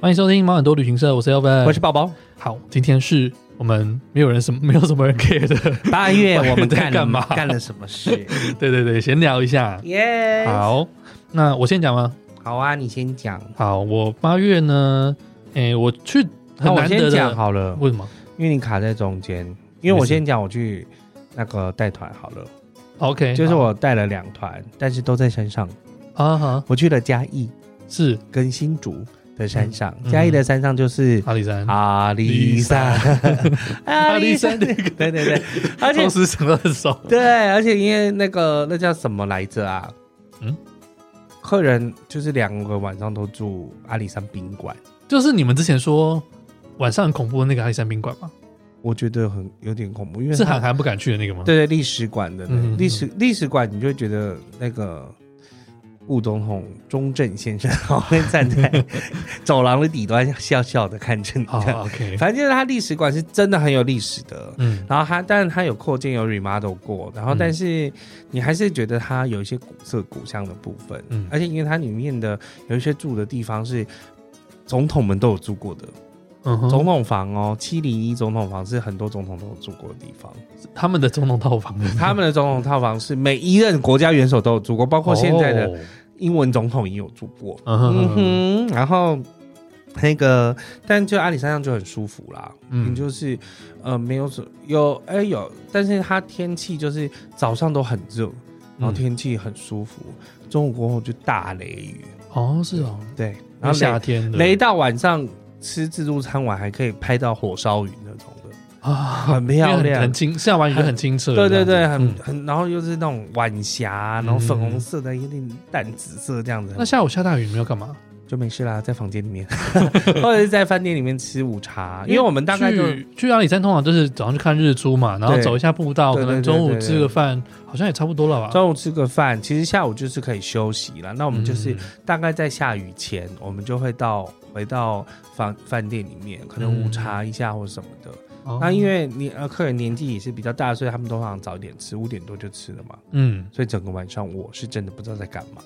欢迎收听毛很多旅行社，我是 Elvin，我是宝宝。好，今天是我们没有人什么没有什么人 care 的， 八月我们干了干嘛 干了什么事？对对对，闲聊一下。耶、好，那我先讲吗？好啊，你先讲。好，我八月呢，诶，我去那很我难先得讲的，好了，为什么因为你卡在中间。因为我没事先讲，我去那个带团好了， ？OK，就是我带了两团，但是都在山上。好啊哈，我去了嘉义是跟新竹的山上，嗯嘉义的山上就是阿里山，阿里山，阿里山对 对对，而且同时成二手，对，而且因为那个那叫什么来着啊？嗯嗯，客人就是两个晚上都住阿里山宾馆，就是你们之前说晚上很恐怖的那个阿里山宾馆吗？我我觉得很有点恐怖，因为是它韩寒不敢去的那个吗？对对历史馆的那嗯嗯嗯历史历史馆，你就会觉得那个。顾总统钟正先生好像站在走廊的底端，笑笑的看着你。好反，OK， 正就是他历史馆是真的很有历史的，嗯，然后它，但是它有扩建，有 remodel 过，然后嗯但是你还是觉得它有一些古色古香的部分，嗯而且因为它里面的有一些住的地方是总统们都有住过的，嗯总哼，统房哦，七零一总统房是很多总统都有住过的地方，他们的总统套房，他们的总统套房是每一任国家元首都有住过，包括现在的哦，英文总统也有住过，嗯哼哼，嗯哼，然后那个，但就阿里山上就很舒服啦，嗯嗯，就是呃没有什有哎、有，但是它天气就是早上都很热，然后嗯天气很舒服，中午过后就大雷雨，哦，是哦，对，然然后后夏雷天的雷到晚上吃自助餐完还可以拍到火烧云那种的，啊，很漂亮因为很很清，下完雨就很清澈，对对这对，样子很、嗯很，然后又是那种晚霞，然后粉红色的，有点淡紫色这样子，那下午下大雨你们要干嘛？就没事啦，在房间里面， 或者是在饭店里面吃午茶，啊因为我们大概就去去阿里山通常就是早上去看日出嘛，然后对走一下步道，可对对能对中午对对吃个饭，好像也差不多了吧。中午吃个饭，其实下午就是可以休息了。那我我们就是大概在下雨前，我们就会到回到房饭店里面，可能午茶一下或什么的。嗯那因为你呃客人年纪也是比较大，所以他们通常早一点吃，五点多就吃了嘛。嗯，所以整个晚上我是真的不知道在干嘛，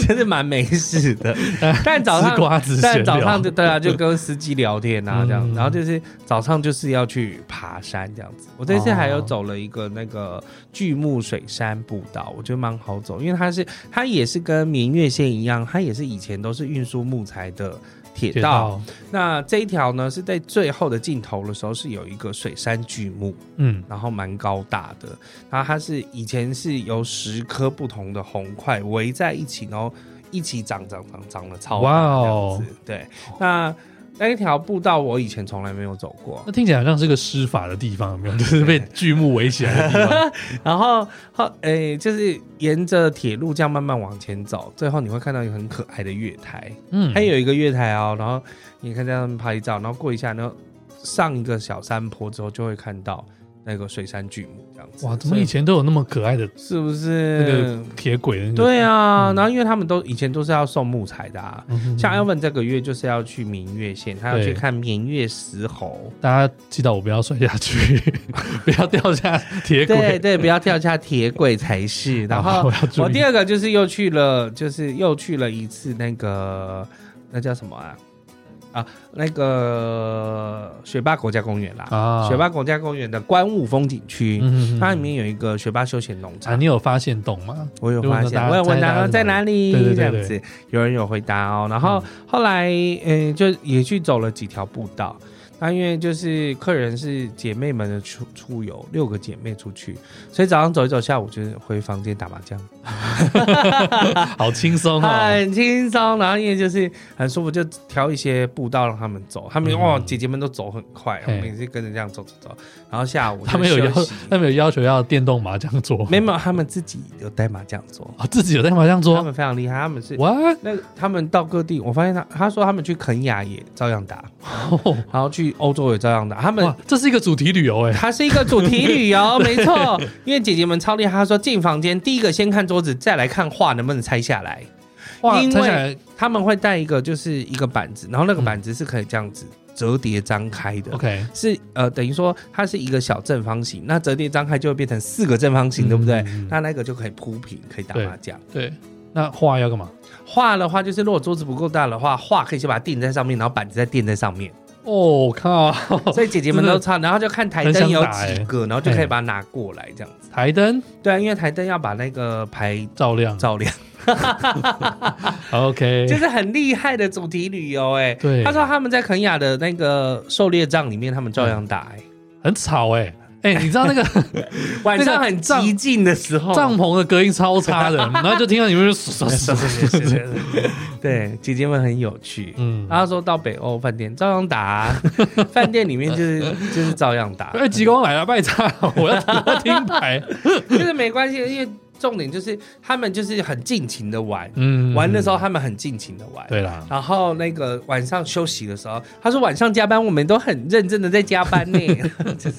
真的蛮没事 的。但早上吃瓜子闲聊，但早上就对啊，就跟司机聊天啊，这样，嗯然后就是早上就是要去爬山这样子。我这次还有哦走了一个那个巨木水山步道，我觉得蛮好走，因为它是它也是跟明月线一样，它也是以前都是运输木材的铁铁道。道，那这一条呢是在最后的尽头的时候是有一个水山巨木，嗯然后蛮高大的，然后它是以前是由十棵不同的红块围在一起，然后一起长长长长的超哇大这哦样子。对，那那一条步道我以前从来没有走过那，听起来好像是个施法的地方，有没 有？就是被巨木围起来的 地方。然后后诶、就是沿着铁路这样慢慢往前走，最后你会看到一个很可爱的月台，嗯，它有一个月台哦，然后你看在上面拍照，然后过一下，然后上一个小山坡之后就会看到那个水山巨木这样子。哇，怎所么以前都有那么可爱的是不那是个铁轨的那个？对啊，嗯然后因为他们都以前都是要送木材的、啊，嗯，嗯嗯像 Elvin 这个月就是要去明月县，他要对去看明月石猴。大家祈祷我不要摔下去， 不要掉下 铁对轨。对，不要跳下铁轨 才是。然后啊我要注我意第二个就是又去了，就是又去了一次那个那叫什么啊？啊，那个雪霸国家公园啦，啊雪霸国家公园的观雾风景区，嗯嗯嗯它里面有一个雪霸休闲农场啊，。你有发现洞 吗？我有就问发到大现，家我有问大在哪家里在哪里对对对这样对子，有人有回答哦。然后后来，嗯、就也去走了几条步道。那因为就是客人是姐妹们的出出游，六个姐妹出去，所以早上走一走，下午就是回房间打麻将，好轻松哦。很轻松。然后因为就是很舒服，就挑一些步道让他们走。他们、嗯哇，姐姐们都走很快，我嘿们也是跟着这样走走走。然后下午就他们有要 休息，他们有要求要电动麻将桌，没有没有，他们自己有带麻将桌，啊，自己有带麻将他桌。们非常厉害，他们是哇，那他们到各地，我发现他他说他们去肯雅也照样打，哦然后去欧洲也照样打。他们哇，这是一个主题旅游哎。它是一个主题旅游，没 错。因为姐姐们超厉害，她说进房间第一个先看桌子，再来看画能不能拆下来。哇，因为拆下来他们会带一个就是一个板子，然后那个板子是可以这样子折叠张开的。嗯 OK，是呃，等于说它是一个小正方形，那折叠张开就会变成四个正方形，对不对嗯嗯嗯？那那个就可以铺平，可以打对麻将。对，那画要干嘛？画的话，就是如果桌子不够大的话，画可以先把它垫在上面，然后板子再垫在上面。哦， 靠！所以姐姐们真都的差，然后就看台很灯想有打几欸个，然后就可以嘿把它拿过来这样子。台灯 对啊，因为台灯要把那个牌照亮照亮， ，OK，就是很厉害的主题旅游哎、对他说他们在肯雅的那个狩猎帐里面，他们照样打、欸。很吵哎、哎、你知道那 个晚上那个很帐激进的时候，帐篷的隔音超差 的，然后就听到你们就嘶嘶嘶是是是是 对，姐姐们很有趣。嗯，然后说到北欧饭店照样打、 啊，饭店里面就是就是照样 打，哎，极光来了，拜差，我要我要听牌，就是没关系，因为重点就是他们就是很尽情的玩，嗯， 玩的时候他们很尽情的玩。对啦，然后那个晚上休息的时候，他说晚上加班我们都很认真的在加班 呢，就是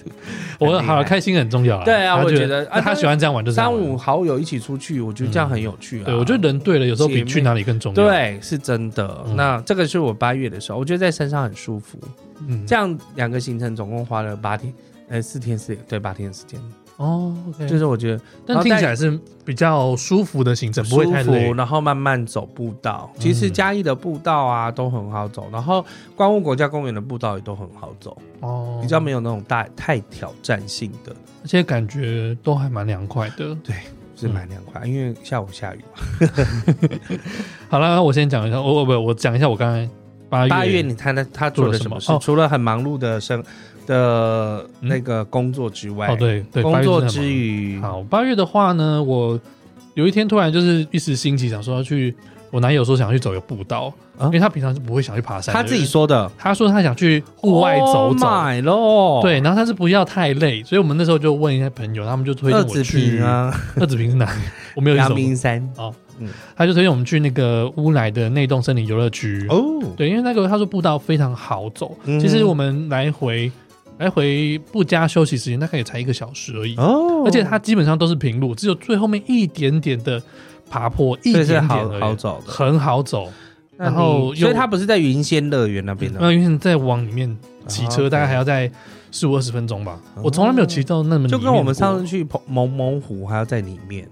我很厉害好开心很重要啦，对啊他我觉得啊他喜欢这样玩就这样三玩五好友一起出去，我觉得这样很有趣啊。对我觉得人对了，有时候姐比妹去哪里更重要，，对是真的。嗯那这个是我八月的时候，我觉得在山上很舒服。嗯，这样两个行程总共花了八天，呃，四天四夜，对，八天时间。哦，OK，就是我觉得但听起来是比较舒服的行程，不会舒太累嗯服，，然后慢慢走步道。其实嘉义的步道啊都很好走，然后关雾国家公园的步道也都很好走，哦，比较没有那种大太挑战性的，而且感觉都还蛮凉快的。是嗯蛮凉快。因为下午下雨嘛，好了，我先讲一下，我我不，我讲一下我刚才啊八月八月你看他他做了什么事？做了什么哦除了很忙碌的生的那个工作之外，哦，对对，工作八月是之很忙余，好，八月的话呢，我有一天突然就是一时兴起，想说要去，我男友说想要去走个步道，啊因为他平常是不会想去爬山的他人。自己 Oh 说的，他说他想去户外走走，买喽，对，，然后他是不要太累，所以我们那时候就问一下朋友，他们就推荐二我子去坪。啊，二子坪是哪里？我没有去阳走过，明山他就推荐我们去那个乌来的内洞森林游乐区。哦，对，因为那个他说步道非常好走，嗯其实我们来回来回不加休息时间，大概也才一个小时而已。哦而且它基本上都是平路，只有最后面一点点的爬坡，一点所以是点好而已好走的。很好走。那你然后又所以它不是在云仙乐园那边的，那因为你再往里面骑哦车，大概还要在十五二十分钟吧。我从来没有骑到那么就里跟面我过们上次，去澎蒙蒙湖还要在里面。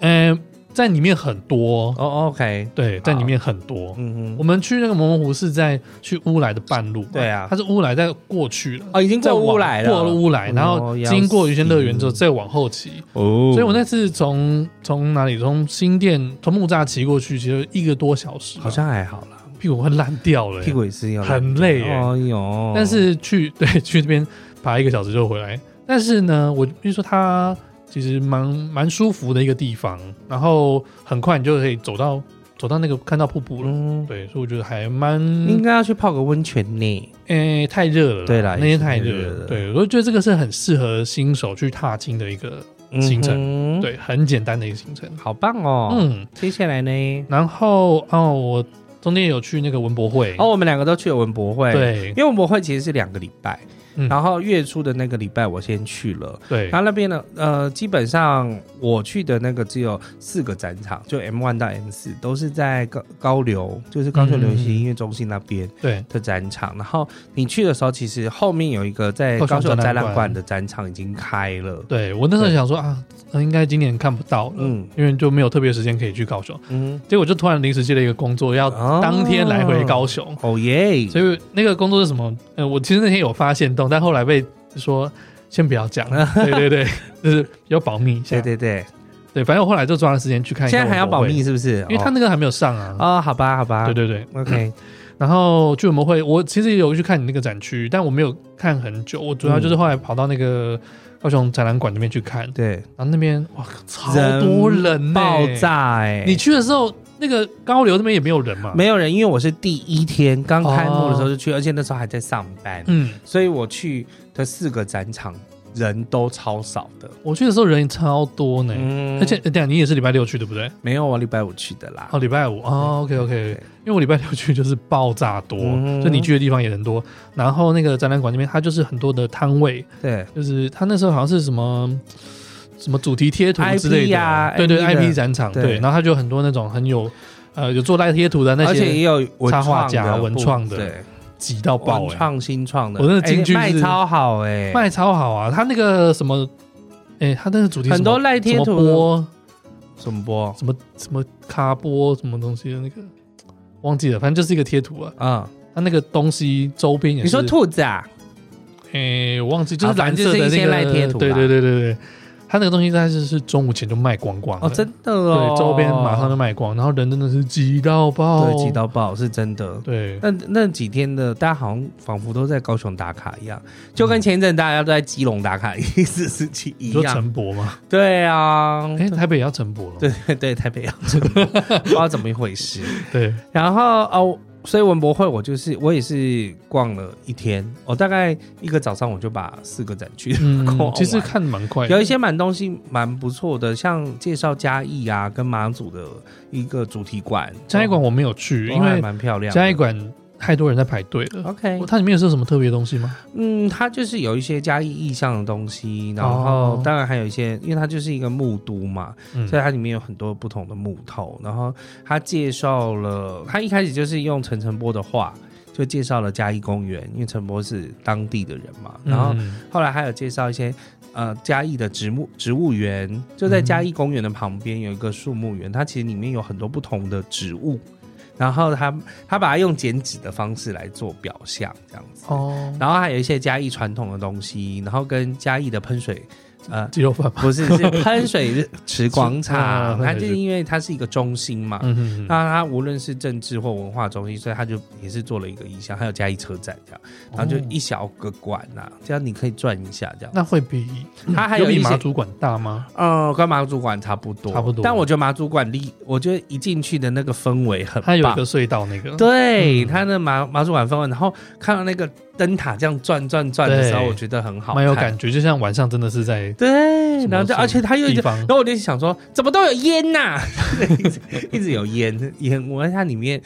呃，在里面很多，哦，OK，对，在里好面很多。嗯我嗯，们去那个蒙蒙湖是在去乌来的半路嘛，对啊它是乌来在过去了。哦，已经再过往乌来了，过了乌来，然后哦要经过云仙乐园之后死再往后骑，哦所以我那次从从哪里从新店从木栅骑过去，其实一个多小时吧，好像还好啦，屁股快烂掉了、欸屁股也是要很累耶、哎呦，但是去对去这边爬一个小时就回来，但是呢，我必须说它其实蛮蛮舒服的一个地方，然后很快你就可以走到走到那个看到瀑布了。嗯，对，所以我觉得还蛮，应该要去泡个温泉呢。诶、太热了。对啦那也天是太太热热了。了对，我觉得这个是很适合新手去踏青的一个，嗯行程程，对，很简单的一个行程。嗯好棒哦。嗯，接下来呢？然后哦，我中间有去那个文博会，哦，我们两个都去了文博会，，对因为文博会其实是两个礼拜，嗯然后月初的那个礼拜我先去了，对然后那边呢，呃，基本上我去的那个只有四个展场，就 M one 到 M 四都是在高高流，就是高雄流行音乐中心那边对，的展场。然后你去的时候，其实后面有一个在高雄高雄展展览览馆馆的展场已经开了。对我那时候想说啊，那应该今年看不到了，嗯因为就没有特别时间可以去高雄。嗯，结果就突然临时接了一个工作，要哦当天来回高雄，哦耶，所以那个工作是什么？呃，我其实那天有发现动，但后来被说先不要 讲，对对对，就是要保密一下。对对对，对反正我后来就抓了时间去看一下。现在还要保密，是不是？因为他那个还没有上啊。哦哦，好吧好吧，对对对，嗯，OK，然后居委们会，我其实也有去看你那个展区，但我没有看很久，我主要嗯就是后来跑到那个高雄展览馆那边去看，对，然后那边哇，超多人、呢爆！炸哎，你去的时候，那个高流那边也没有人嘛？没有人，因为我是第一天刚开幕的时候哦就去，而且那时候还在上班，嗯，所以我去的四个展场人都超少的。我去的时候人超多呢、嗯而且，呃等一下你也是礼拜六去对不对？没有我啊礼拜五去的啦。哦，礼拜五哦 o k OK，对因为我礼拜六去就是爆炸多，嗯就你去的地方也人多。然后那个展览馆那边，它就是很多的摊位，对，就是他那时候好像是什么什么主题贴图之类 IP 的，啊对对 IP 的，IP 展场对对，然后他就很多那种很有呃有做赖贴图的那而且也些有文插画创家的部文创的对，挤到爆文哎、创新创的，我真的哎进去卖是超好哦哎，卖超好啊！他那个什么，哎、他那个主题很多什么赖贴什么图，波什么波？什么什么卡波什么东西的那个，忘记了，反正就是一个贴图啊。嗯，它那个东西周边也是，你说兔子啊？诶、我忘记，就是啊蓝反正色的就是那个一些赖贴图啦对对对对对，它那个东西它就是中午前就卖光光了哦，真的哦，对，周边马上就卖光，然后人真的是挤到爆，对，挤到爆是真的。对那那几天的，大家好像仿佛都在高雄打卡一样，就跟前一阵大家都在基隆打卡意思是情一你说样。陈博吗？对啊，哎、台北也要陈博了，对 对对，台北要啊 不知道怎么一回事。 对，然后哦，所以文博会我就是我也是逛了一天，我、大概一个早上我就把四个展区逛嗯完，其实看得蛮快的，有一些蛮东西蛮不错的，像介绍嘉义啊跟马祖的一个主题馆，嘉义馆我没有去，都因还为蛮漂亮的。嘉义馆太多人在排队了。 OK，它里面有是有什么特别的东西吗？嗯，它就是有一些嘉义意象的东西，然哦后当然还有一些，因为它就是一个木都嘛，嗯所以它里面有很多不同的木头。然后它介绍了，它一开始就是用陈澄波的话就介绍了嘉义公园，因为陈波是当地的人嘛。然后嗯后来还有介绍一些呃嘉义的植物植物园，就在嘉义公园的旁边有一个树木园，它其实里面有很多不同的植物，然后它它把它用剪纸的方式来做表象这样子。哦，然后还有一些嘉义传统的东西，然后跟嘉义的喷水，呃，鸡肉饭嘛，不是 是喷水池广场，是啊它就是因为它是一个中心嘛，嗯嗯嗯，那它无论是政治或文化中心，所以它就也是做了一个意向，还有嘉义车站这样，然后就哦一小个馆呐、这样你可以转一下这样。那会比它还有有比一马些。主管大吗？嗯，跟马主管差不多，差不多但我觉得马主管离，我觉得一进去的那个氛围很棒，它有一个隧道那个，对，嗯它的马马主管氛围，然后看到那个灯塔这样转转转的时候，对我觉得很好，蛮有。感觉，就像晚上真的是在对，然后就什么而且它又一地直，方然，后我就想说，怎么都有烟呐、 一直一直有烟烟闻，它里面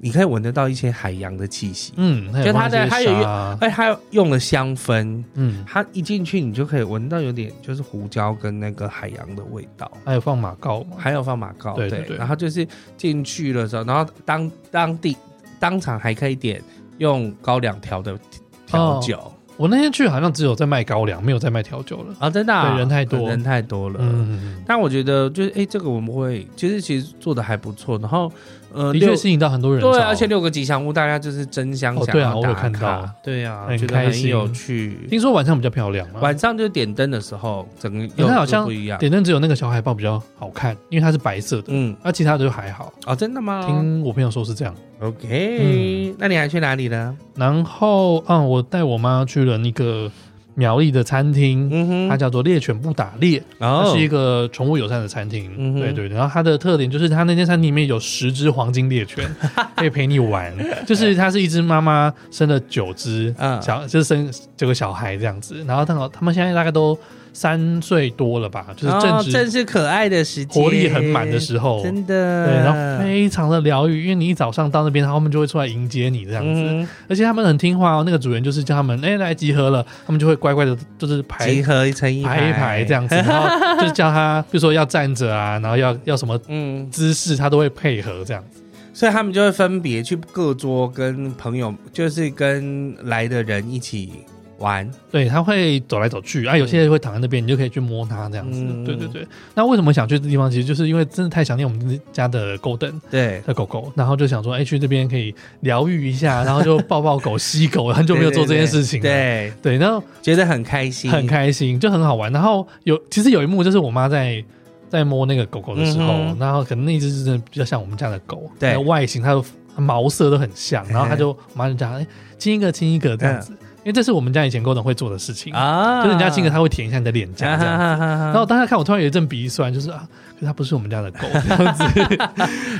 你可以闻得到一些海洋的气息，嗯，就它的还它有有放一些一沙而且它用了香氛，嗯，它一进去你就可以闻到有点就是胡椒跟那个海洋的味道。还有放马告嘛，还有放马告，对对对然后就是进去了之后，然后当当地当场还可以点用高粱调的调酒我那天去好像只有在卖高粱，没有在卖调酒了。啊，真的啊、对人太多人太多了。嗯，但我觉得就是哎、诶这个我们会其实其实做的还不错，然后呃，的确六吸引到很多人潮。对，而且六个吉祥物大家就是争相哦想对啊要我有打看卡，到对啊，很觉得开很心有趣。听说晚上比较漂亮嘛，晚上就点灯的时候，整个又它好像又不一样。点灯只有那个小海报比较好看，因为它是白色的，啊嗯，那其他的就还好。哦，真的吗？听嗯我朋友说是这样。 OK，、那你还去哪里呢？然后，嗯，我带我妈去了那个苗栗的餐厅，嗯哼，哦它叫做猎犬不打猎，然它后是一个宠物友善的餐厅。嗯哼对对对，然后它的特点就是它那间餐厅里面有十只黄金猎犬 可以陪你 玩，就是它是一只妈妈生了九只嗯小，就是生九个小孩这样子。然后他们他们现在大概都三岁多了吧，就是正哦值正是可爱的时间，活力很满的时候。真的。对，然后非常的疗愈，因为你一早上到那边，他们就会出来迎接你这样子，嗯而且他们很听话哦。那个主人就是叫他们，哎、来集合了，他们就会乖乖的，就是排集合成一排一排这，样子，然后就是叫他，比如说要站着啊，然后要要什么嗯，姿势，他都会配合这样子。所以他们就会分别去各桌跟朋友，就是跟来的人一起玩。对，他会走来走去啊，有些人会躺在那边，你就可以去摸它这样子。嗯对对对。那为什么想去这地方？其实就是因为真的太想念我们家的 Golden 对，的狗狗，然后就想说，哎、去这边可以疗愈一下，然后就抱抱狗、吸狗，很久没有做这件事情了。对，对，然后对觉得很开心，很开心，就很好玩。然后有其实有一幕就是我妈在在摸那个狗狗的时候，嗯哼然后可能那只是真的比较像我们家的狗，对嗯它的外形它的毛色都很像，然后它就我妈就讲哎亲一个亲一个这样子，因为这是我们家以前狗董会做的事情，啊，就是人家亲一个它会舔一下你的脸颊这样。啊哈哈哈然后我当时看，我突然有一阵鼻酸，就是啊，可是它不是我们家 的狗这样子，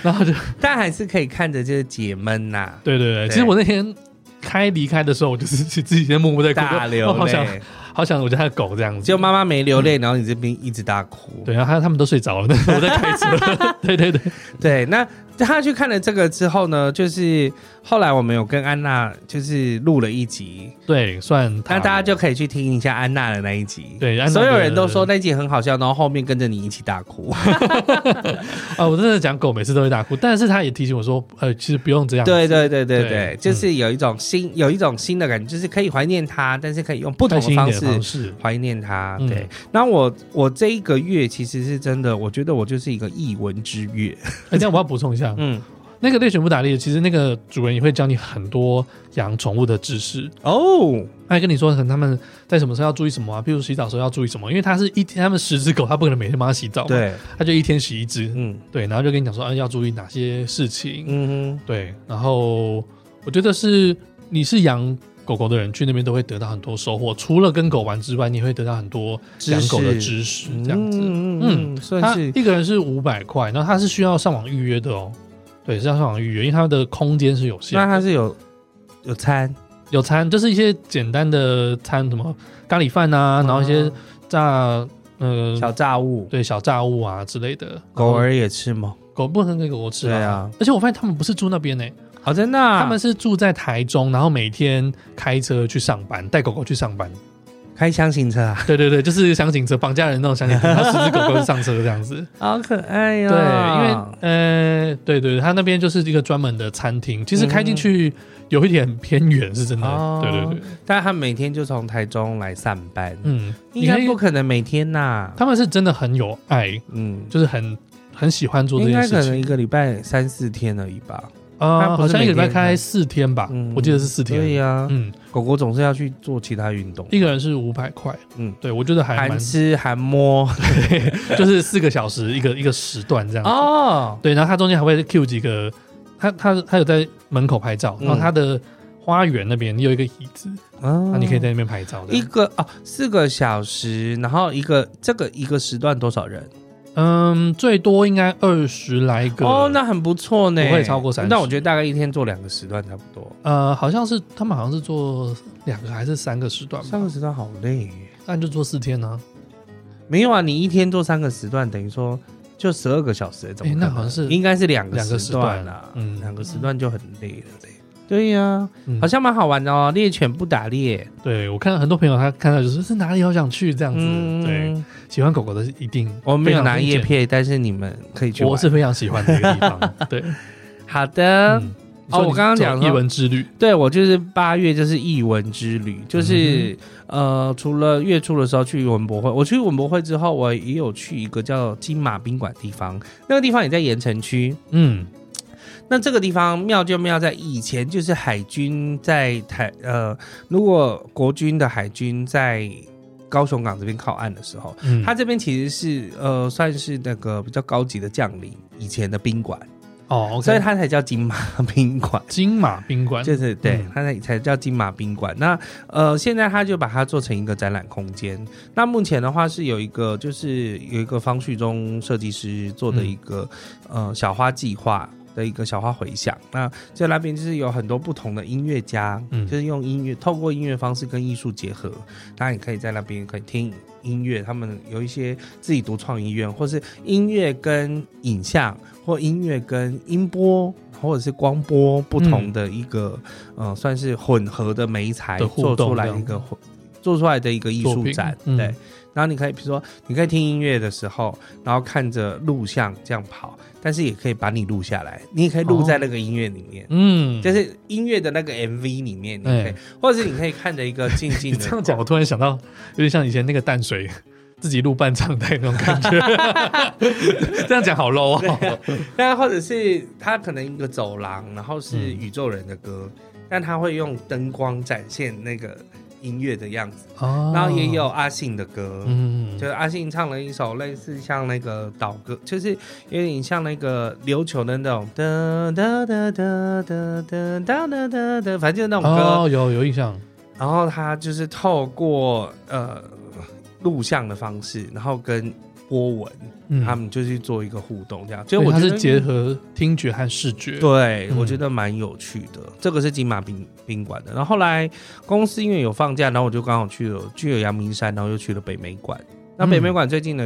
然后就但还是可以看着就是解闷呐，对对对，对其实我那天开离开的时候，我就是自己在默默在哭，大我流好想嗯泪。好想我家的狗这样子，只有妈妈没流泪，然后你这边一直大哭。 对，然后他他们都睡着了，我在开车。对对对，对，那他去看了这个之后呢，就是后来我们有跟安娜就是录了一集，对，算塔那罗大家就可以去听一下安娜的那一集。对安娜所有人的都说那一集很好笑，然后后面跟着你一起大哭。啊，我真的讲狗每次都会大哭，但是他也提醒我说，呃，其实不用这样，对对对对对对，嗯就是有一种新有一种新的感觉，就是可以怀念他，但是可以用不不同开心的一方点的式方式，怀念他。嗯对，那我我这一个月其实是真的，我觉得我就是一个译文之月。哎，这样我要补充一下，嗯，那个猎犬不打猎，其实那个主人也会教你很多养宠物的知识，哦，他还跟你说可能他们在什么时候要注意什么啊，譬如洗澡的时候要注意什么，因为他是一天，他们十只狗，他不可能每天帮它洗澡，，对，他就一天洗一只，嗯对，然后就跟你讲说，啊，要注意哪些事情，嗯对，然后我觉得是你是养狗狗的人去那边都会得到很多收获，除了跟狗玩之外，你会得到很多知养狗的识知识，哼，这样子。嗯嗯，算他是一个人是五百块，然后他是需要上网预约的哦，对，是要上网预约，因为它的空间是有限那的。他是有有餐，有餐，就是一些简单的餐，什么咖喱饭啊，然后一些炸呃小炸物，对小炸物啊之类的。狗然后儿也吃吗？狗不能给狗狗吃对啊，而且我发现他们不是住那边欸呢、好，真的他啊，们是住在台中，然后每天开车去上班，带狗狗去上 班。开箱型车啊，对对对，就是厢型车，绑架人那种厢型车，然后十只狗狗上车这样子。好可爱哦哟。对，因为呃，对对，他那边就是一个专门的餐厅，其实开进去有一点偏远，是真的。哦对对对，但他每天就从台中来上班，嗯，应该你可不以可能每天呐。他们是真的很有爱，嗯，就是很很喜欢做这应件该可事情能。一个礼拜三四天而已吧。他啊，不好是像一个礼拜每天的开四天吧，嗯啊我记得是四天。对呀，嗯，狗狗总是要去做其他运动，一个人是五百块。嗯嗯，对，我觉得还蛮含，吃含摸就是四个小时一个一个时段这样。哦，对，然后他中间还会 Q 几个，他他他有在门口拍照，嗯然后他的花园那边有一个椅子，啊那你可以在那边拍照的一。个哦四个小时，然后一个这个一个时段多少人？嗯，最多应该二十来个。哦，那很不错呢，不会超过30那我觉得大概一天做两个时段差不多，呃，好像是他们好像是做两个还是三个时段吧三，个时段好累耶。那你就做四天呢、没有啊，你一天做三个时段，等于说就十二个小时，怎么可能、诶那好像是应该是两两个个时时段段啦，嗯，嗯两个时段就很累了嘞。对呀、嗯好像蛮好玩的哦，猎犬不打猎，对我看到很多朋友他看到就是是哪里好想去这样子，对，，喜欢狗狗的是一定，嗯我们没非有常拿推叶荐，片，但是你们可以去玩。我是非常喜欢的一个地方。 对，好的，嗯哦我刚刚讲说一文之旅，对我就是八月就是译文之旅，就是、嗯呃，除了月初的时候去文博会，我去文博会之后，我也有去一个叫金马宾馆的地方，那个地方也在盐城区，嗯，那这个地方妙就妙在以前就是海军在台呃，如果国军的海军在高雄港这边靠岸的时候，嗯他这边其实是呃算是那个比较高级的将领以前的宾馆，哦所以，OK，他才叫金马宾馆。金马宾馆，就是对嗯，它才才叫金马宾馆。那呃，现在他就把它做成一个展览空间。那目前的话是有一个，就是有一个方旭中设计师做的一个、嗯呃小花计划。的一个小花回响，那在那边就是有很多不同的音乐家，嗯就是用音乐透过音乐方式跟艺术结合，当然你可以在那边可以听音乐，他们有一些自己独创音乐，或是音乐跟影像，或音乐跟音波，或者是光波不同的一个，呃，算是混合的媒材嗯的互做出动来这样一个混做出来的一个艺作术品展，嗯对。然后你可以，比如说，你可以听音乐的时候，然后看着录像这样跑，但是也可以把你录下来，你也可以录哦在那个音乐里面，嗯，就是音乐的那个 MV 里面，你可以，哎或者是你可以看着一个静 静你的。这样讲，我突然想到，有点像以前那个淡水自己录伴唱带那种感 觉。这样讲好 low 哦。那啊或者是它可能一个走廊，然后是嗯宇宙人的歌，但他会用灯光展现那个音乐的样子，哦然后也有，阿信的歌。嗯就，是阿信唱了一首类似像那个岛歌，就是有点像那个琉球的那种哒哒哒哒哒哒哒哒哒哒，反正就是那种歌。哦，有有印象，然后他就是透过呃录像的方式，然后跟波纹、嗯他们就去做一个互动，这样。所所以以我它觉得是结合听觉和视觉。对，嗯我觉得蛮有趣的。这个是金马宾宾馆的。然后后来公司因为有放假，然后我就刚好去了去了阳明山，然后又去了北美馆。那北嗯美馆最近呢，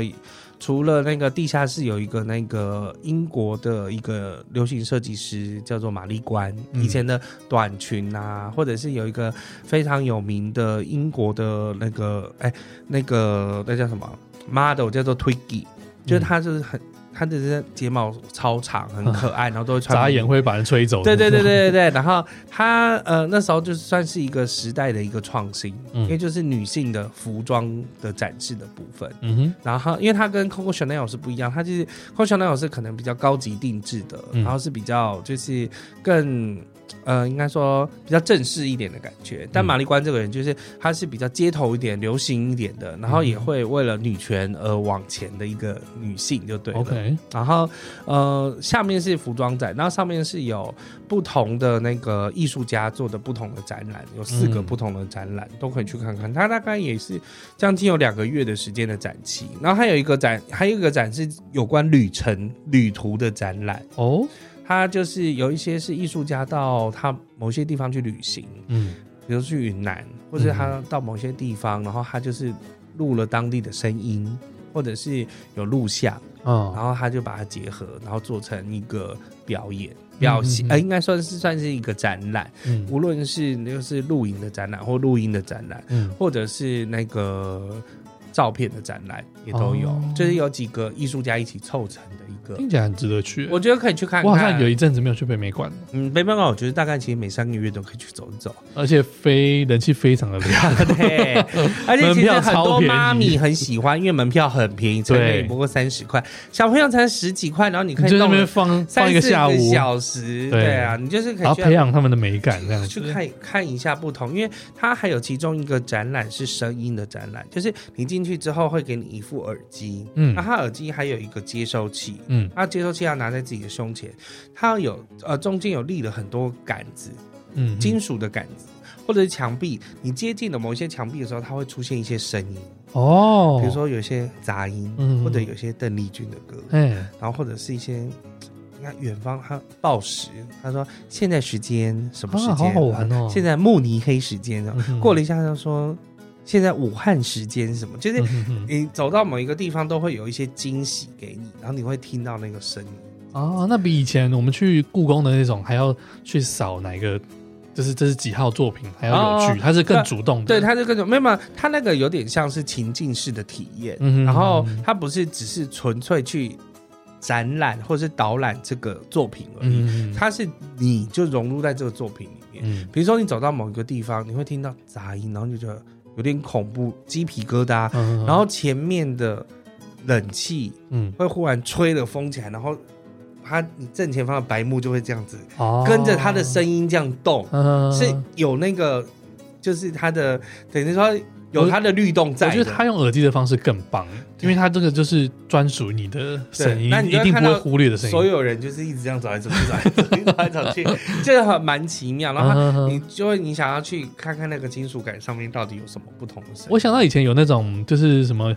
除了那个地下室有一个那个英国的一个流行设计师叫做玛丽关，嗯以前的短裙啊，或者是有一个非常有名的英国的那个哎那个那叫什么 model 叫做 Twiggy，就是嗯他就是很。他的睫毛超长，很可 爱，然后都会穿眨眼会把人吹走。对对对对对对。然后她呃那时候就算是一个时代的一个创新，嗯因为就是女性的服装的展示的部分。嗯哼，然后，因为它跟 Coco Chanel 是不一样，它就是 Coco Chanel 是可能比较高级定制的，嗯然后是比较就是更呃，应该说比较正式一点的感觉。嗯但玛丽关这个人就是他是比较街头一点、流行一点的，然后嗯也会为了女权而往前的一个女性，就对了。 OK，然后呃，下面是服装展，然后上面是有不同的那个艺术家做的不同的展览，有四个嗯不同的展览、都可以去看看。它大概也是将近有两个月的时间的展期，然后还有一个展，还有一个展是有关旅程旅途的展览，哦，它就是有一些是艺术家到他某些地方去旅行，嗯比如去云南，或者他到某些地方，然后他就是录了当地的声音，或者是有录像。啊，然后他就把它结合，然后做成一个表演。表嗯嗯现嗯呃，应该算是算是一个展览，嗯无论是就是录影的展览，或录音的展览，嗯或者是那个照片的展览，也都有。哦就是有几个艺术家一起凑成的一个，听起来很值得去。我觉得可以去看看。我好像有一阵子没有去北美馆了，嗯，北办法，我觉得大概其实每三个月都可以去走一走。 而且非人气非常的亮。对，而且其实很多妈咪很喜欢，因为门票很便宜，成本也对不过三十块，小朋友才十几块，然后你可你以就在那弄边放放三一四下午，小时，对对啊，你就是可然以后去培养他们的美感，这样去子。看看一下不同，因为它还有其中一个展览是声音的展览，就是你进去之后会给你一副耳机，嗯那它耳机还有一个接收器。嗯它接收器要拿在自己的胸前，它有呃中间有立了很多杆子，嗯，金属的杆子，或者是墙壁。你接近了某一些墙壁的时候，它会出现一些声音，哦，比如，说有一些杂音，嗯或者有一些邓丽君的歌，哎，然后或者是一些，你看远方他报时，他说现在时间什么时间、啊好好玩哦现在慕尼黑时间啊嗯哼过了一下他说现在武汉时间什么，就是嗯哼哼你走到某一个地方都会有一些惊喜给你，然后你会听到那个声音。哦，那比以前我们去故宫的那种还要去扫哪个，就是这是几号作品，还要有哦趣，它是更主动的。对，他就各种没有，没有他那个有点像是情境式的体验，嗯哼然后嗯哼他不是只是纯粹去展览或是导览这个作品而已，嗯，他是你就融入在这个作品里面。嗯比如说你走到某一个地方，你会听到杂音，然后你就觉得有点恐怖，鸡皮疙瘩。嗯，然后前面的冷气嗯，会忽然吹了风起来，然后它你正前方的白幕就会这样子哦，跟着它的声音这样动，嗯，嗯是有那个就是它的等于说有它的律动在我的。觉得他用耳机的方式更棒，因为他这个就是专属你的声音，对那你一就会定不看到会忽略的声音。所有人就是一直这样走来走去，走来走去，走来走去，这很蛮奇妙。然后它嗯嗯嗯你就会你想要去看看那个金属感上面到底有什么不同的声音。我想到以前有那种就是什么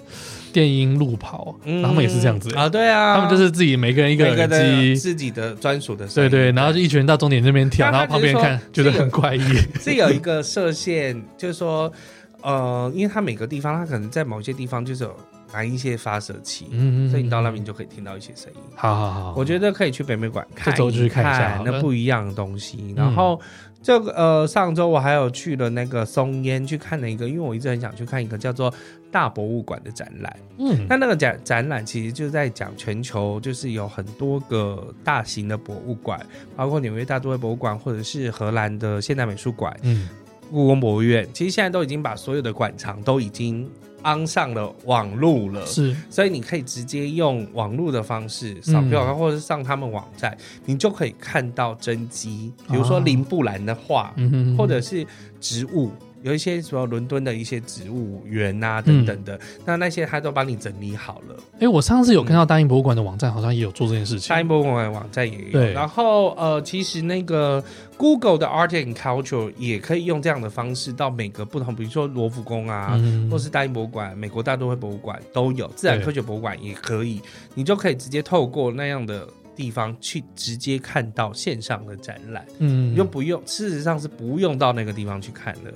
电音路跑，嗯然后他们也是这样子，啊，对啊，他们就是自己每个人一一个耳机，自己的专属的声对音，对，然后就一群人到终点那边跳，那然后他旁只是边说看，觉得这个很 怪异。是有一个射线，就是说，呃，因为它每个地方，它可能在某些地方就是有埋一些发射器，嗯所以你到那边就可以听到一些声音。好好好，我觉得可以去北美馆看这周一就去看一下看好嗯了那不一样的东西。然后这个呃，上周我还有去了那个松烟去看了一个，因为我一直很想去看一个叫做大博物馆的展览。嗯那那个展展览其实就在讲全球，就是有很多个大型的博物馆，包括纽约大都会博物馆，或者是荷兰的现代美术馆、嗯故宫博物院。其实现在都已经把所有的馆藏都已经安上了网路了。是所以你可以直接用网络的方式扫票，啊嗯或者是上他们网站，你就可以看到真迹，比如说哦林布兰的画，嗯哼，或者是植物，有一些什么伦敦的一些植物园啊等等的，嗯那那些他都帮你整理好了。哎，我上次有看到大英博物馆的网站，好像也有做这件事情下。一波馆网站也有，对然后呃，其实那个 Google 的 Art and Culture 也可以用这样的方式到每个不同，比如说罗浮宫啊，嗯或是大英博物馆、美国大都会博物馆都有，自然对科学博物馆也可以，你就可以直接透过那样的地方去直接看到线上的展览，嗯你就不用，事实上是不用到那个地方去看的。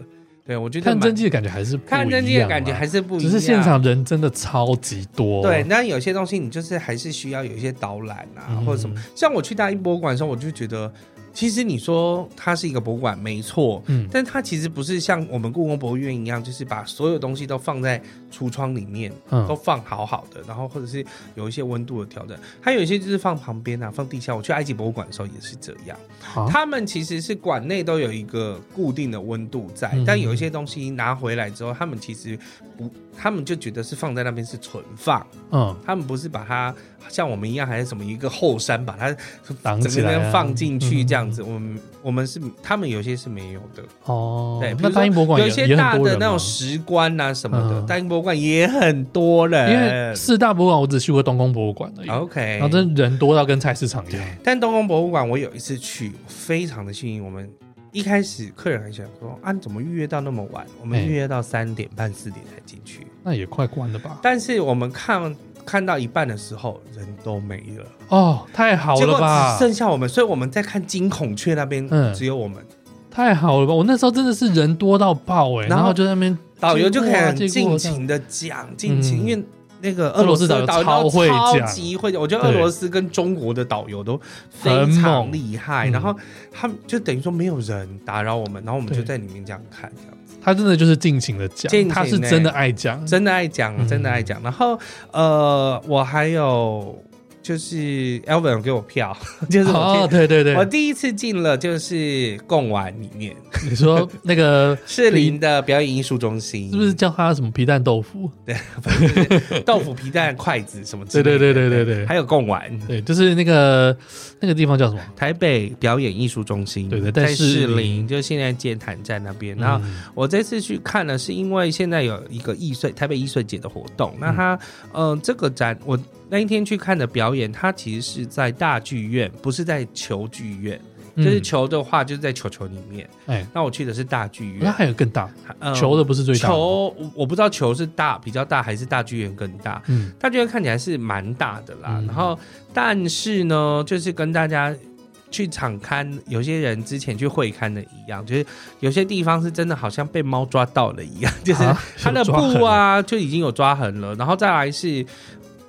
对我觉得看蛮真迹的感觉还是不看真一机的样感觉啦还是不一只样，啊是现场人真的超级多，对，，那有些东西你就是还是需要有一些导览啊，嗯或者什么。像我去大英博物馆的时候，我就觉得，其实你说它是一个博物馆，没错，嗯，但它其实不是像我们故宫博物院一样，就是把所有东西都放在橱窗里面，都嗯，放好好的，然后或者是有一些温度的调整，还有一些就是放旁边啊，放地下。我去埃及博物馆的时候也是这样。好，他们其实是馆内都有一个固定的温度在，嗯但有一些东西拿回来之后，他们其实不，他们就觉得是放在那边是存放，嗯，他们不是把它像我们一样还是什么一个后山把它挡整起个来人啊放进去这样子。我们我们是他们有些是没有的，哦，对比那如说大英博物馆有一也些也大很多的人啊那种吗石棺啊什么的，嗯大英博物馆也很多人，因为四大博物馆我只去过东宫博物馆而已，哎 OK，然后哦真的人多到跟菜市场一样，但东宫博物馆我有一次去，我非常的幸运。我们一开始客人还想说啊，你怎么预约到那么晚？我们哎预约到三点半、四点才进去。那也快关了吧？但是我们看看到一半的时候，人都没了，哦，太好结果了吧只，剩下我们。所以我们在看金孔雀那边，嗯只有我们。太好了吧！我那时候真的是人多到爆哎、然后然后就在那边导游就可以很经过尽啊经过情的讲，尽情，嗯因为。那个俄罗斯的俄罗导斯游导游超会超讲级会讲，我觉得俄罗斯跟中国的导游都非很常猛厉害。嗯然后他们就等于说没有人打扰我们，然后我们对就在里面这样看，这样子他真的就是尽情的讲，尽情他是欸真的爱讲，真的爱讲，嗯真的爱讲。然后呃，我还有就是 Elvin 有给我票， 就是哦，我对对进对我，第一次进了就是贡丸里面，你说那个士林的表演艺术中心，是不是叫他什么皮蛋豆腐？豆腐皮蛋筷子什么之对类对的？对对对对还有贡丸。对，就是那个那个地方叫什么？台北表演艺术中心，对对在在士士林林，就现在建潭站那边。然后嗯我这次去看呢，是因为现在有一个易碎台北易碎节的活动。那它，嗯、这个展我那一天去看的表演，它其实是在大剧院，不是在球剧院。就是嗯球的话，就是在球球里面。哎，那我去的是大剧那院，还有更大，嗯球的不是最大的，球，我我不知道球是大比较大，还是大剧院更大。嗯大剧院看起来是蛮大的啦，嗯然后但是呢，就是跟大家去场刊，有些人之前去会刊的一样，就是有些地方是真的好像被猫抓到了一样， 就是啊它的 有抓痕布啊就已经有抓痕了，然后再来是，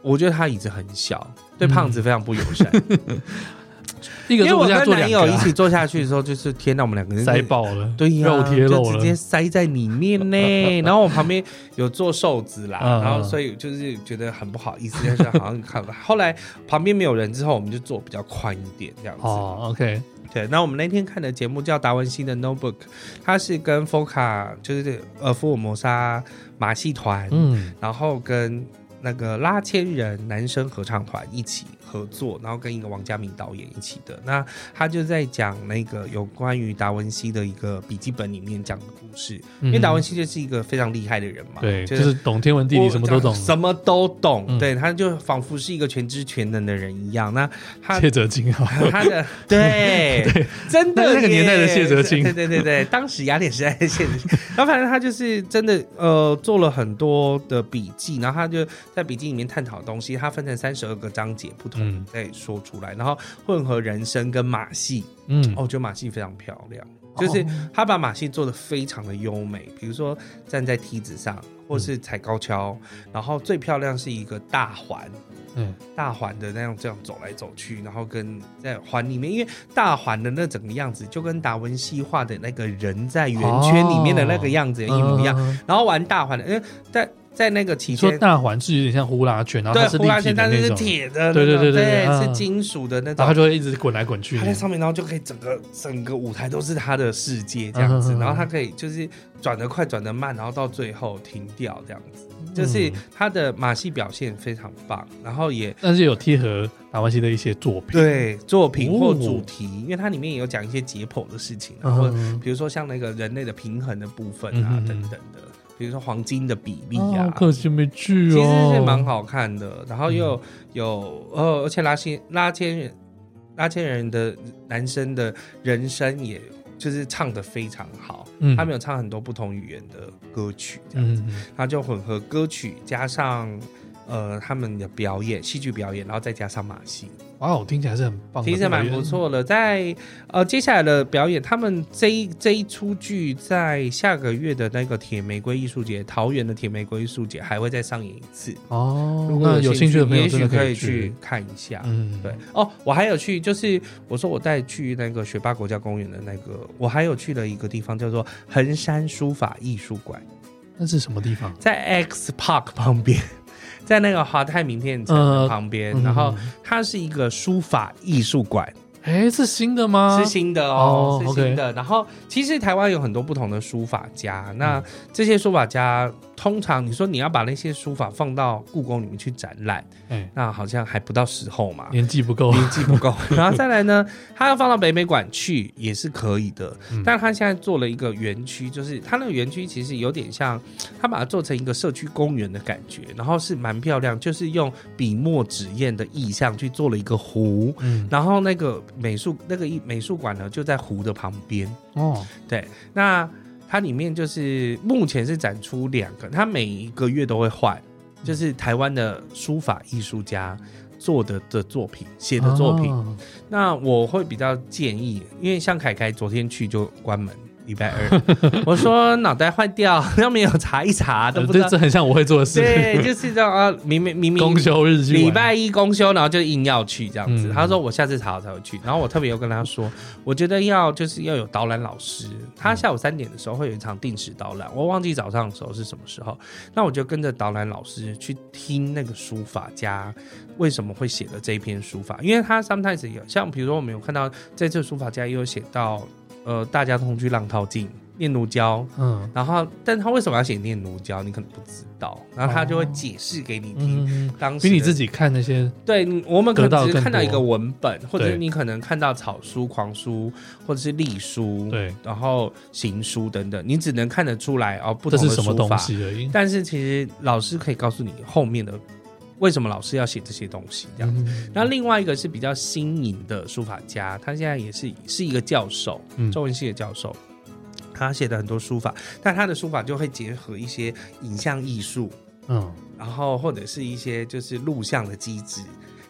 我觉得它椅子很小，对胖子非常不友 善，一因个嗯为坐我不下跟坐男两友一个啊起坐下去的时候，就是天哪，我们两个人塞爆了，对呀、肉贴肉就了直，接塞在里面 呢。然后我旁边有做瘦子啦，嗯然后所以就是觉得很不好意思，但是好像看了。后来旁边没有人之后，我们就坐比较宽一点这样子。哦，OK，对，那我们那天看的节目叫达文西的 Notebook，它是跟 Foca 就是呃福尔摩沙马戏团，嗯然后跟。那个拉千人男生合唱团一起合作，然后跟一个王家明导演一起的。那他就在讲那个有关于达文西的一个笔记本里面讲的故事，因为达文西西就是一个非常厉害的人嗯嘛，对，就是懂天文地理什么都懂我，什么都懂，嗯对，他就仿佛是一个全知全能的人一样。那他。谢哲金 好， 他的对，真的那那个耶年代的谢哲青对对对对，当时雅典时代的谢哲青，然后反正他就是真的呃做了很多的笔记，然后他就在笔记里面探讨东西，他分成三十二个章节不同嗯再说出来，然后混合人声跟马戏，嗯哦哦，，我觉得马戏非常漂亮，就是他把马戏做的非常的优美，比如说站在梯子上，或是嗯踩高跷，然后最漂亮是一个大环，嗯大环的那样这样走来走去，然后跟在环里面，因为大环的那整个样子就跟达文西画的那个人在圆圈里面的那个样子一模一样，嗯。嗯嗯然后玩大环的，因为在在那个期你说间。大环是有点像呼啦圈，然后对它，是立呼啦体圈，的但是那是种，铁的那种，对对对对对是嗯金属的那种然后，它就会一直滚来滚去他。在上面，然后就可以整个整个舞台都是他的世界这样子，嗯嗯嗯嗯然后他可以就是转得快，转得慢，然后到最后停掉这样子，就是嗯他的马戏表现非常棒，然后也但是有贴合达文西的一些作品。对作品哦或主题，因为它里面也有讲一些解剖的事情，然嗯，后嗯比如说像那个人类的平衡的部分啊嗯嗯嗯等等的，比如说黄金的比例嗯啊啊好，可惜没去其哦。实是蛮好看的，然后嗯又有呃，而且拉千拉千人拉千人的男生的人声，也就是唱的非常好，嗯，他们有唱很多不同语言的歌曲，这样，嗯，嗯他就混合歌曲加上。呃他们的表演，戏剧表演，然后再加上马戏，哇哦，听起来是很棒的表演，其实蛮不错的。在呃接下来的表演，他们这一这一出剧在下个月的那个铁玫瑰艺术节，桃园的铁玫瑰艺术节还会再上演一次。哦如。果那有兴兴趣的朋友也真许的可以去，看一下。嗯，对，哦，我还有去，就是我说我带去那个雪霸国家公园的那个，我还有去了一个地方叫做横山书法艺术馆，那是什么地方？在 X Park 旁边， 在那个华泰名片城呃的旁边，嗯然后它是一个书法艺术馆，哎，是新的吗？是新的哦，哦是新的。然后其实台湾有很多不同的书法家，嗯那这些书法家通常你说你要把那些书法放到故宫里面去展览，哎，那好像还不到时候嘛。年纪不够，年纪 不够，然后再来呢，他要放到北美馆去也是可以的，嗯但他现在做了一个园区，就是他那个园区其实有点像，他把它做成一个社区公园的感觉，然后是蛮漂亮，就是用笔墨纸砚的意象去做了一个湖，嗯，然后那个美术那个艺美术馆呢就在湖的旁边，哦，对，那它里面就是目前是展出两个，它每一个月都会换，就是台湾的书法艺术家做的的作品，写的作品。哦那我会比较建议，因为像凯凯昨天去就关门。礼拜 二，我说脑袋坏掉， 要没有查一查都呃不知道这。这很像我会做的事，对，就是这样啊，明明明明公休日去玩礼拜一公休，然后就硬要去这样子。嗯他说我下次查好才会去，然后我特别又跟他说，我觉得要就是要有导览老师，他下午三点的时候会有一场定时导览，我忘记早上的时候是什么时候，那我就跟着导览老师去听那个书法家为什么会写的这一篇书法，因为他 sometimes 也有像比如说我们有看到这次书法家也有写到呃大家同居浪淘尽念奴娇嗯然后，但他为什么要写念奴娇？你可能不知道，然后他就会解释给你听。嗯，当时比你的自己看那些，对，你我们可得到能只是更看到一多个文本，或者对是你可能看到草书、狂书，或者是隶书，，对，然后行书等等，你只能看得出来哦，不这同是的什么书东法。西而已。但是其实老师可以告诉你后面的为什么老师要写这些东西，这样。嗯然后另外一个是比较新颖的书法家，他现在也是是一个教授，嗯中文系的教授，他写的很多书法，但他的书法就会结合一些影像艺术，嗯，然后或者是一些就是录像的机制，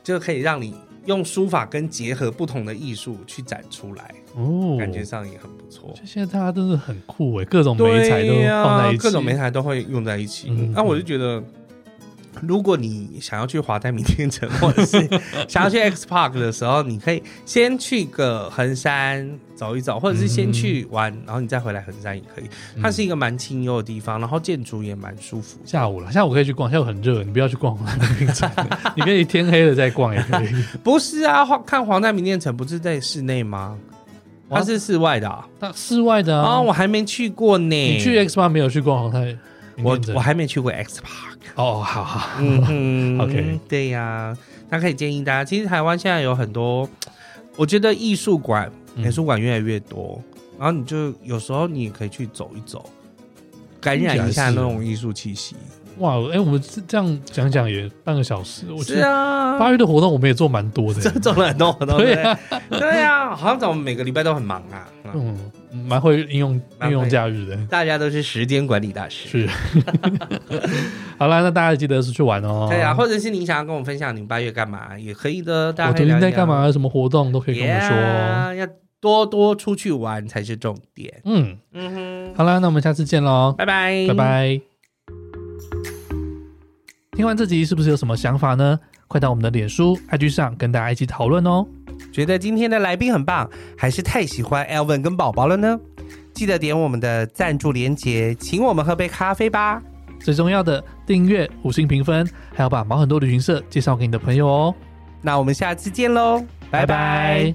就可以让你用书法跟结合不同的艺术去展出来，哦，感觉上也很不错。就现在大家真的很酷哎，各种美材都对呀，放在一起，各种媒材都会用在一起。那、嗯我就觉得，如果你想要去华泰明天城，或者是想要去 X Park 的时候，你可以先去个横山走一走，或者是先去玩，然后你再回来横山也可以。它嗯是一个蛮清幽的地方，然后建筑也蛮舒服。下午了，下午可以去逛，下午很热，你不要去逛那个冰 城，你可以天黑了再逛也哦可以。不是啊，华看黄泰明天城不是在室内吗？哇它是室外的啊！那室外的啊啊，我还没去过呢。你去 X 八没有去逛黄泰？我明天城我还没去过 X Park。哦，好好，嗯哼 OK 对呀、那可以建议大家，其实台湾现在有很多，我觉得艺术馆、嗯美术馆越来越多，然后你就有时候你也可以去走一走，感听起来染一下是那种艺术气息。哇，哎，我们这这样讲讲也半个小时，我觉是得 啊，八月的活动我们也做蛮多的这耶，种了很多很多，对对不对对啊，好像怎么每个礼拜都很忙啊。嗯嗯，蛮会应用蛮会应用假日的。大家都是时间管理大师， 是，好啦，那大家记得是去玩哦。对啊，，或者是你想要跟我分享你八月干嘛也可以的，大家我可以最近聊在一聊干？嘛，有什么活动都可以跟我们说哦。 Yeah，要多多出去玩才是重点。嗯，嗯哼。好啦，那我们下次见喽，拜拜，拜。拜。听完这集是不是有什么想法呢？快到我们的脸书、IG 上跟大家一起讨论哦。觉得今天的来宾很棒，还是太喜欢 Elvin 跟宝宝了呢？记得点我们的赞助连结，请我们喝杯咖啡吧。最重要的，订阅、五星评分，还要把毛很多旅行社介绍给你的朋友哦。那我们下次见喽，拜拜